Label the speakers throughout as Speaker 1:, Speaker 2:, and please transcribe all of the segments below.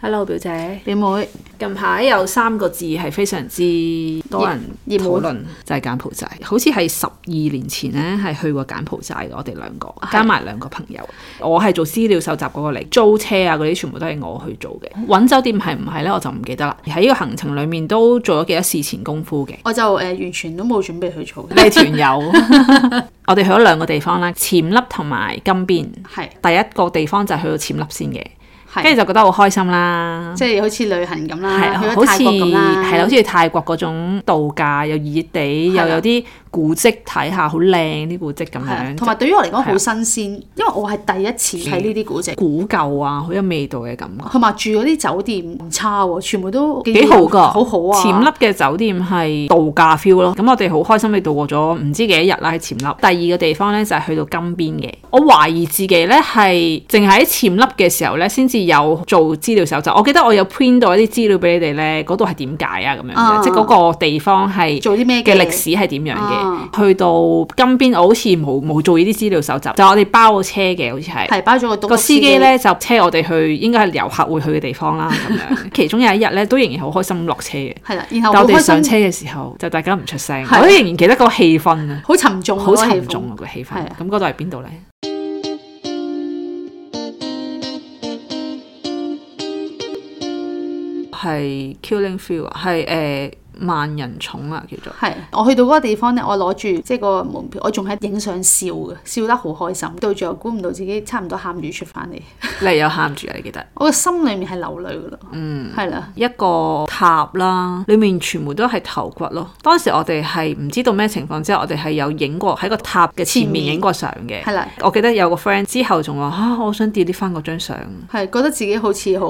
Speaker 1: Hello 表姐，
Speaker 2: 表妹
Speaker 1: 近排有三個字係非常之多人
Speaker 2: 熱熱
Speaker 1: 討
Speaker 2: 門
Speaker 1: 論，就係柬埔寨。好似係十二年前呢，係去過柬埔寨嘅，我哋兩個加埋兩個朋友，我係做資料搜集嗰個嚟，租車啊嗰啲全部都係我去做嘅。揾酒店係唔係呢？我就唔記得啦。喺呢個行程裡面都做咗幾多事前功夫嘅。
Speaker 2: 我就誒、呃完全都冇準備去做
Speaker 1: 你
Speaker 2: 嘅，
Speaker 1: 係團友， 我哋去咗兩個地方啦，暹粒同埋金邊。
Speaker 2: 係
Speaker 1: 第一個地方就係去到暹粒先嘅，跟
Speaker 2: 係
Speaker 1: 住就覺得好開心啦。
Speaker 2: 即係好似旅行咁啦，
Speaker 1: 嗯係
Speaker 2: 啊去
Speaker 1: 好
Speaker 2: 咗
Speaker 1: 似
Speaker 2: 泰國咁啦，
Speaker 1: 係啦，好似泰國嗰種度假，又熱地，
Speaker 2: 係啦
Speaker 1: 又有啲古蹟睇下，好靚啲古蹟咁
Speaker 2: 係啊
Speaker 1: 樣，
Speaker 2: 同埋對於我嚟講
Speaker 1: 係啊
Speaker 2: 好新鮮，因為我係第一次睇呢啲古蹟，
Speaker 1: 古舊啊，好有味道嘅感覺，
Speaker 2: 同埋住嗰啲酒店唔差喎，全部都
Speaker 1: 幾好噶，
Speaker 2: 好好啊，
Speaker 1: 潛粒嘅酒店係度假 feel 咯，咁我哋好開心地度過咗唔知幾多日啦喺潛粒。第二個地方呢，就係去到金邊嘅，我懷疑自己呢係淨係喺潛粒嘅時候呢先至有做資料搜集，我記得我有 print 到一啲資料俾你哋呢，嗰度係點解啊咁樣嘅，
Speaker 2: 啊
Speaker 1: 即係嗰個地方係。
Speaker 2: 做啲咩
Speaker 1: 嘅歷史係點樣嘅？
Speaker 2: 啊
Speaker 1: 去到金邊，我好似冇冇做呢啲資料搜集，就係我哋包個車嘅，好似係。
Speaker 2: 係包咗個東
Speaker 1: 個司機，咧就車我哋去，應該係遊客會去嘅地方 啦。咁樣，其中有一日咧，都仍然好開心落車嘅。
Speaker 2: 係啦，然後
Speaker 1: 但
Speaker 2: 好
Speaker 1: 我哋
Speaker 2: 開
Speaker 1: 上
Speaker 2: 心，
Speaker 1: 車嘅時候，就大家唔出聲，
Speaker 2: 係
Speaker 1: 我都仍然記得個氣氛啊，
Speaker 2: 好沉重啊，
Speaker 1: 好
Speaker 2: 嗰個氣
Speaker 1: 沉
Speaker 2: 氛
Speaker 1: 重啊個氣氛
Speaker 2: 係啊。
Speaker 1: 咁嗰度係邊度咧？係 Killing Field 啊，係誒萬人冢啊，叫做。
Speaker 2: 係，我去到嗰個地方咧，我攞住即係個門票，我仲喺影相笑嘅，笑得好開心。到最後估唔到自己差唔多喊住出翻嚟，
Speaker 1: 你有喊住啊？你記得？
Speaker 2: 我個心裡面係流淚噶啦。嗯，係啦，
Speaker 1: 一個塔啦，裡面全部都係頭骨咯。當時我哋係唔知道咩情況之下，我哋係有影過喺個塔嘅前面影過相嘅。
Speaker 2: 係啦，
Speaker 1: 我記得有個 friend 之後仲話啊，我想 delete 翻嗰張相，
Speaker 2: 係覺得自己好似好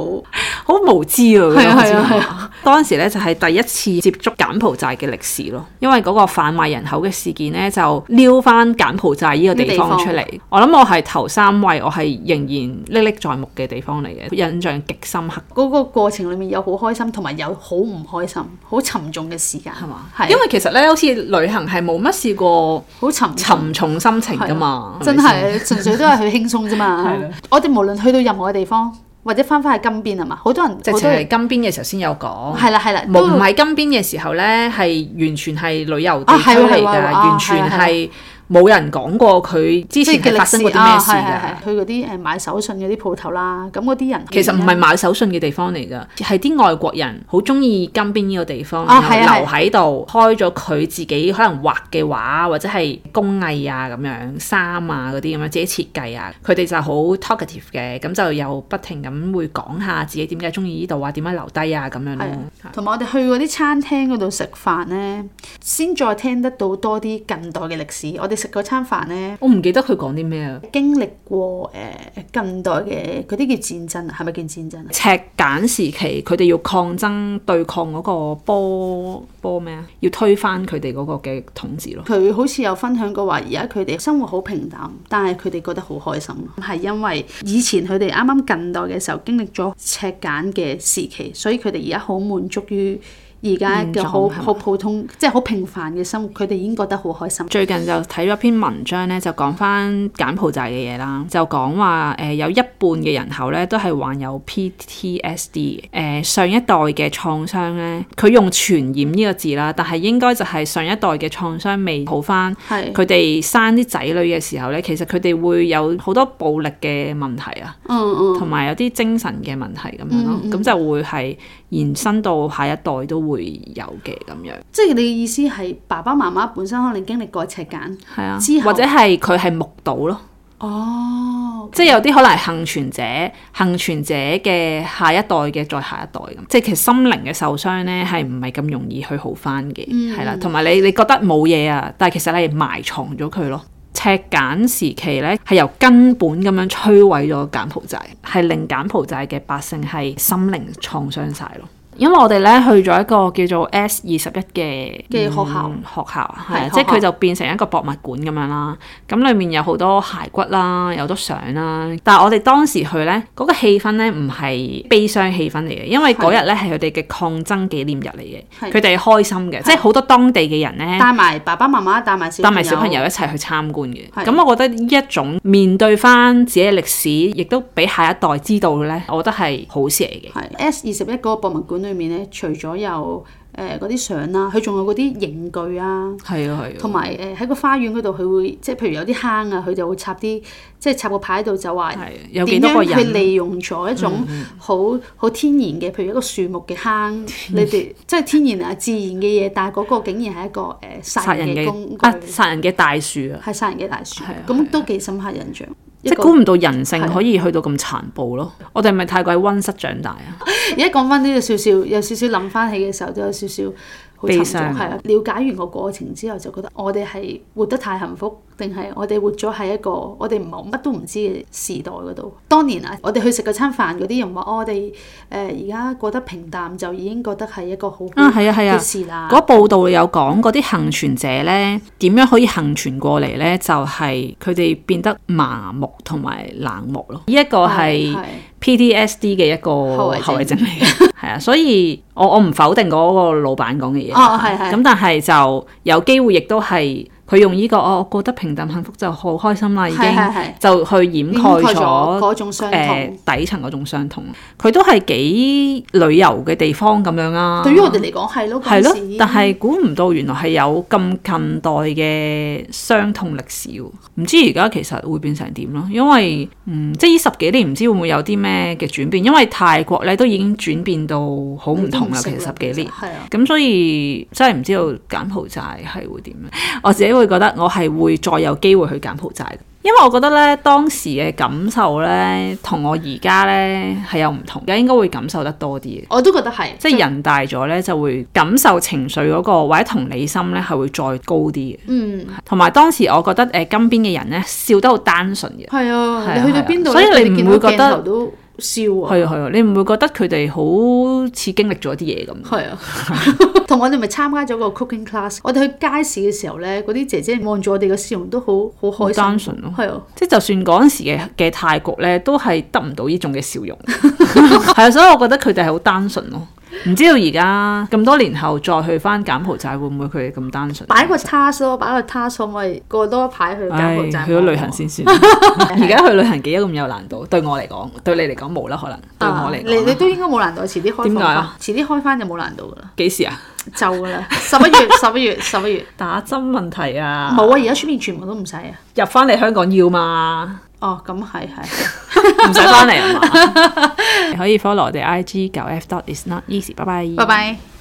Speaker 1: 好無知啊！嗰種
Speaker 2: 係啊
Speaker 1: 知
Speaker 2: 係啊
Speaker 1: 道
Speaker 2: 係
Speaker 1: 嗎當時咧就係第一次接觸柬埔寨嘅歷史咯，因為嗰個販賣人口嘅事件咧就撩翻柬埔寨呢個地
Speaker 2: 呢
Speaker 1: 方
Speaker 2: 個地
Speaker 1: 出
Speaker 2: 方
Speaker 1: 嚟。我諗我係頭三位，我係仍然歷歷在目嘅地方嚟嘅，印象極深刻。
Speaker 2: 嗰個過程裡面有好開心，同埋有好唔開心，好沉重嘅時間
Speaker 1: 係嘛？
Speaker 2: 係
Speaker 1: 啊因為其實咧，好似旅行係冇乜試過
Speaker 2: 好沉重。
Speaker 1: 沉重心情噶嘛，
Speaker 2: 真
Speaker 1: 咪先
Speaker 2: 係純粹都係去輕鬆啫 嘛
Speaker 1: 係咯。
Speaker 2: 我哋無論去到任何嘅地方，或者翻返去金邊係嘛，好多人
Speaker 1: 直
Speaker 2: 好
Speaker 1: 情係
Speaker 2: 多人
Speaker 1: 金邊嘅時候先有講。
Speaker 2: 係啦係啦，
Speaker 1: 冇
Speaker 2: 都
Speaker 1: 唔係金邊嘅時候咧，係完全係旅遊地
Speaker 2: 啊
Speaker 1: 區
Speaker 2: 係
Speaker 1: 嚟
Speaker 2: 喎係
Speaker 1: 㗎，
Speaker 2: 喎係喎啊
Speaker 1: 完全
Speaker 2: 係啊
Speaker 1: 係冇人講過佢之前係發生過啲咩
Speaker 2: 啊
Speaker 1: 事啊㗎。
Speaker 2: 去嗰啲誒買手信嗰啲鋪頭啦，咁嗰啲人
Speaker 1: 其實唔係買手信嘅地方嚟㗎，係啲外國人好中意金邊呢個地方，
Speaker 2: 啊係
Speaker 1: 然
Speaker 2: 啊
Speaker 1: 後留喺度開咗佢自己可能畫嘅畫或者係工藝啊咁樣衫啊嗰啲咁樣自己設計啊，佢哋就好 talkative 嘅，咁就又不停咁會講下自己點解中意呢度啊，點解留低啊咁樣咯
Speaker 2: 係啊。同埋我哋去嗰啲餐廳嗰度食飯咧，先再聽得到多啲近代嘅歷史。我哋食嗰餐飯咧，
Speaker 1: 我唔記得佢講啲咩啊。
Speaker 2: 經歷過誒、呃近代嘅嗰啲叫戰爭啊，係咪叫戰爭啊？
Speaker 1: 赤柬時期，佢哋要抗爭對抗嗰個波波咩啊？要推翻佢哋嗰個嘅統治咯。
Speaker 2: 佢好似有分享過話，而家佢哋生活好平淡，但係佢哋覺得好開心，係因為以前佢哋啱啱近代嘅時候經歷咗赤柬嘅時期，所以佢哋而家好滿足於而家嘅好
Speaker 1: 現狀係嘛
Speaker 2: 好普通，即係好平凡嘅生活，佢哋已經覺得好開心。
Speaker 1: 最近就睇咗篇文章咧，就講翻柬埔寨嘅嘢啦，就講話誒有一半嘅人口咧都係患有 PTSD 嘅、呃上一代嘅創傷咧，佢用傳染呢個字啦，但係應該就係上一代嘅創傷未好翻，
Speaker 2: 係，
Speaker 1: 佢哋生啲仔女嘅時候咧，其實佢哋會有好多暴力嘅問題啊。
Speaker 2: 嗯嗯，
Speaker 1: 同埋有啲精神嘅問題咁樣咯，咁、就會係延伸到下一代都會有嘅咁樣，
Speaker 2: 即係你嘅意思係爸爸媽媽本身可能經歷過赤柬，
Speaker 1: 係啊
Speaker 2: 之，後
Speaker 1: 或者係佢係目睹咯，
Speaker 2: 哦，
Speaker 1: 即係有啲可能係幸存者，幸存者嘅下一代嘅再下一代咁，即係其實心靈嘅受傷咧係唔係咁容易去好翻嘅，係啦、同埋你你覺得冇嘢啊，但係其實你係埋藏咗佢咯。赤柬時期咧，係由根本咁樣摧毀咗柬埔寨，係令柬埔寨嘅百姓係心靈創傷晒咯。因為我哋咧去咗一個叫做 S 二十一嘅
Speaker 2: 嘅學校
Speaker 1: 嗯學校啊係
Speaker 2: 係
Speaker 1: 啊
Speaker 2: 學
Speaker 1: 即係
Speaker 2: 校
Speaker 1: 佢就變成一個博物館咁樣啦。咁裡面有好多骸骨啦，有好多相啦。但係我哋當時去咧，嗰、個氣氛咧唔係悲傷氣氛嚟嘅，因為嗰日咧係佢哋嘅抗爭紀念日嚟嘅，
Speaker 2: 係
Speaker 1: 佢哋係開心嘅，即係好多當地嘅人咧。
Speaker 2: 帶埋爸爸媽媽，帶埋小
Speaker 1: 帶埋小朋友一齊去參觀嘅，
Speaker 2: 係
Speaker 1: 咁我覺得呢一種面對翻自己嘅歷史，亦都俾下一代知道咧，我覺得係好事嚟嘅。
Speaker 2: 係 S 二十一嗰個博物館裏面咧，除咗有誒嗰啲相啦，佢仲有嗰啲刑具啊。
Speaker 1: 係啊，係
Speaker 2: 同埋誒喺個花園嗰度，佢會即係譬如有啲坑啊，佢就會插啲即係插個牌喺度就話
Speaker 1: 係啊有幾
Speaker 2: 點
Speaker 1: 多個
Speaker 2: 樣去
Speaker 1: 人？嗯
Speaker 2: 利用咗一種好好天然嘅，譬如一個樹木嘅坑，你哋即係天然啊自然嘅嘢，但係嗰個竟然係一個誒、呃、殺
Speaker 1: 殺人
Speaker 2: 人嘅
Speaker 1: 嘅
Speaker 2: 工具，
Speaker 1: 啊，殺人嘅大樹啊，
Speaker 2: 係殺人嘅大樹
Speaker 1: 係啊，係啊
Speaker 2: 咁都幾深刻印象。
Speaker 1: 即
Speaker 2: 一
Speaker 1: 係
Speaker 2: 個
Speaker 1: 估唔到人性
Speaker 2: 係
Speaker 1: 可以去到咁殘暴咯。我哋係咪太過喺温室長大啊？
Speaker 2: 而家講翻呢個少少，有少少諗翻起嘅時候都有少少好沉
Speaker 1: 悲
Speaker 2: 重，
Speaker 1: 傷
Speaker 2: 係啊！了解完個過程之後，就覺得我哋係活得太幸福，定係我哋活咗喺一個我哋唔係乜都唔知嘅時代嗰度。當年啊，我哋去食嗰餐飯嗰啲人話、哦我哋誒而家過得平淡，就已經覺得係一個好
Speaker 1: 啊，係啊，係
Speaker 2: 嘅
Speaker 1: 啊。
Speaker 2: 事啦。
Speaker 1: 嗰報道有講嗰啲幸存者咧，點樣可以幸存過嚟咧？就係佢哋變得麻木同埋冷漠咯。呢一個係 PTSD 嘅一個
Speaker 2: 後遺症
Speaker 1: 後遺症嚟嘅， 係啊，所以我我唔否定嗰個老闆講嘅嘢，
Speaker 2: 哦係係
Speaker 1: 咁但係就有機會亦都係佢用呢、個哦，我過得平淡幸福就好開心啦，已經
Speaker 2: 係係係
Speaker 1: 就去掩蓋
Speaker 2: 掩
Speaker 1: 咗
Speaker 2: 嗰種傷
Speaker 1: 誒、
Speaker 2: 痛。
Speaker 1: 底層嗰種傷痛。佢都係幾旅遊嘅地方咁樣啦、啊，
Speaker 2: 對於我哋嚟講係咯，
Speaker 1: 係
Speaker 2: 嗰
Speaker 1: 咯
Speaker 2: 陣時，
Speaker 1: 但係估唔到原來係有咁近代嘅傷痛歷史喎，唔知而家其實會變成點咯？因為嗯，即係呢十幾年唔知會唔會有啲咩嘅轉變，因為泰國咧都已經轉變到好唔同啦，其實十幾年。
Speaker 2: 係啊，
Speaker 1: 咁所以真係唔知道柬埔寨係會點樣。我自己會覺得我係會再有機會去柬埔寨嘅，因為我覺得咧當時嘅感受咧同我而家咧係有唔同嘅，應該會感受得多啲嘅。
Speaker 2: 我都覺得係，
Speaker 1: 即係人大咗咧，就會感受情緒嗰、個或者同理心咧係會再高啲嘅。
Speaker 2: 嗯
Speaker 1: 同埋當時我覺得誒、金邊嘅人咧笑得好單純嘅，
Speaker 2: 係
Speaker 1: 係
Speaker 2: 啊，
Speaker 1: 啊
Speaker 2: 你去到邊度
Speaker 1: 係啊
Speaker 2: 咧，
Speaker 1: 所以你唔
Speaker 2: 見
Speaker 1: 會
Speaker 2: 到
Speaker 1: 覺得
Speaker 2: 鏡頭都笑啊。
Speaker 1: 係啊係啊，你唔會覺得佢哋好似經歷咗啲嘢咁？
Speaker 2: 係啊， 同我哋咪參加咗個 cooking class。我哋去街市嘅時候咧，嗰啲姐姐望住我哋嘅笑容都好好
Speaker 1: 好
Speaker 2: 開心。
Speaker 1: 單純咯。
Speaker 2: 係啊，
Speaker 1: 即係就算嗰陣時嘅嘅泰國咧，都係得唔到呢種嘅笑容，係啊，所以我覺得佢哋係好單純咯。唔知道而家咁多年後再去翻柬埔寨，會唔會佢哋咁單純？
Speaker 2: 擺個 task 咯，擺個 task 可唔可以過多一排去柬埔寨
Speaker 1: 唉去咗旅行先算。 而家去旅行幾咁有難度？對我嚟講，對你嚟講冇啦，可能對
Speaker 2: 啊
Speaker 1: 我嚟
Speaker 2: 你你
Speaker 1: 講，
Speaker 2: 都應該冇難度，遲啲開放
Speaker 1: 點解啊
Speaker 2: 返，遲啲開翻就冇難度噶啦，
Speaker 1: 幾時啊？
Speaker 2: 就噶啦，十一月、十一月、十一月，
Speaker 1: 打針問題啊，
Speaker 2: 冇啊！而家出面全部都唔使啊。
Speaker 1: 入翻嚟香港要嘛，
Speaker 2: 哦，咁係係，
Speaker 1: 唔 使翻嚟啊嘛。可以 follow 我哋 IG 九 F dot is not easy，拜拜。
Speaker 2: 拜拜。